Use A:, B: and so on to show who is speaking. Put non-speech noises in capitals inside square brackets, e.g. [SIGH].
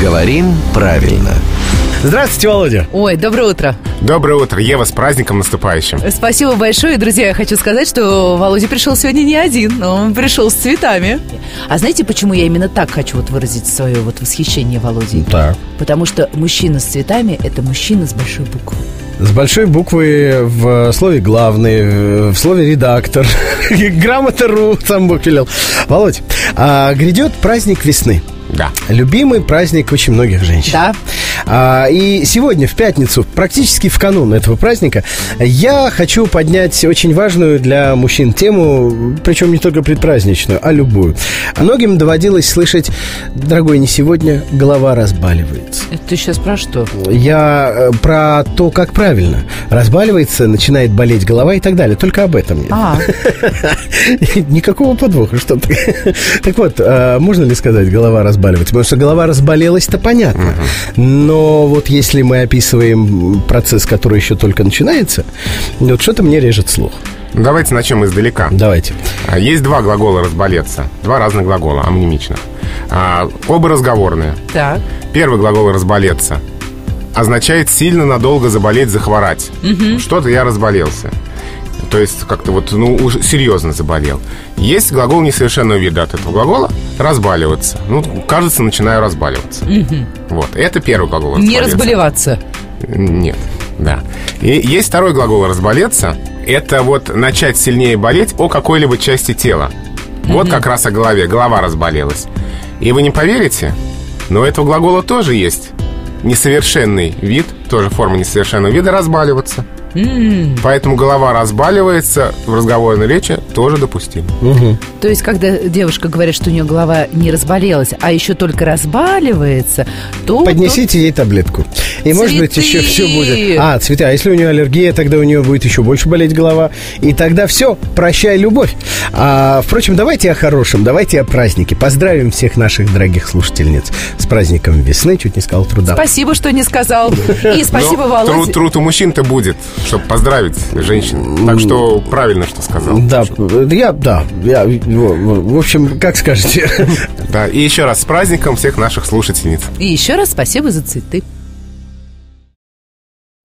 A: Говорим правильно.
B: Здравствуйте, Володя.
C: Ой, доброе утро.
D: Доброе утро, Ева, с праздником наступающим.
C: Спасибо большое, друзья. Я хочу сказать, что Володя пришел сегодня не один, но он пришел с цветами. А знаете, почему я именно так хочу вот выразить свое вот восхищение Володей?
B: Так.
C: Потому что мужчина с цветами – это мужчина с большой буквы.
B: С большой буквы в слове «главный», в слове «редактор», [LAUGHS] «грамота.ру» сам Бог велел. Володь, а грядет праздник весны.
D: Да.
B: Любимый праздник очень многих женщин.
C: Да?
B: А, и сегодня, в пятницу, практически в канун этого праздника, я хочу поднять очень важную для мужчин тему, причем не только предпраздничную, а любую. Многим доводилось слышать, дорогой, не сегодня, голова разбаливается.
C: Это ты сейчас про что?
B: Я э, про то, как правильно. Разбаливается, начинает болеть голова и так далее. Только об этом я.
C: [LAUGHS] А,
B: [LAUGHS] Никакого подвоха, что ты. Так вот, а, можно ли сказать, голова разбаливается? Потому что голова разболелась-то понятно. Но вот если мы описываем процесс, который еще только начинается, вот что-то мне режет слух.
D: Ну, Давайте начнем издалека.
B: Давайте.
D: А, Есть два глагола «разболеться». Два разных глагола, амнимичных. А, Оба разговорные.
C: так.
D: Первый глагол «разболеться» означает сильно надолго заболеть, захворать. Что-то я разболелся. То есть как-то вот, ну, уж серьезно заболел. Есть глагол несовершенного вида от этого глагола «разбаливаться». Ну, кажется, начинаю разбаливаться. Вот, это первый глагол
C: Не
D: «разболеться».
C: разболеваться.
D: Нет, да. И есть второй глагол «разболеться». Это вот начать сильнее болеть о какой-либо части тела. Вот как раз о голове. Голова разболелась. И вы не поверите, но у этого глагола тоже есть несовершенный вид, тоже форма несовершенного вида «разбаливаться». Поэтому голова разбаливается в разговорной речи тоже допустимо.
C: То есть, когда девушка говорит, что у нее голова не разболелась, а еще только разбаливается, то...
B: Поднесите ей таблетку. И может быть
C: Цветы!
B: еще все будет. А, цветы. А если у нее аллергия, тогда у нее будет еще больше болеть голова. И тогда все, прощай, любовь. А, впрочем, давайте о хорошем, давайте о празднике. Поздравим всех наших дорогих слушательниц с праздником весны, чуть не сказал труда.
C: Спасибо, что не [LAUGHS] сказал. И спасибо,
D: Но
C: Володя.
D: Труд, труд у мужчин-то будет, чтобы поздравить женщин. Так что правильно, что сказал.
B: Да, я, да, я, в в общем, как скажете. [LAUGHS]
D: Да, и еще раз с праздником всех наших слушательниц.
C: И еще раз спасибо за цветы.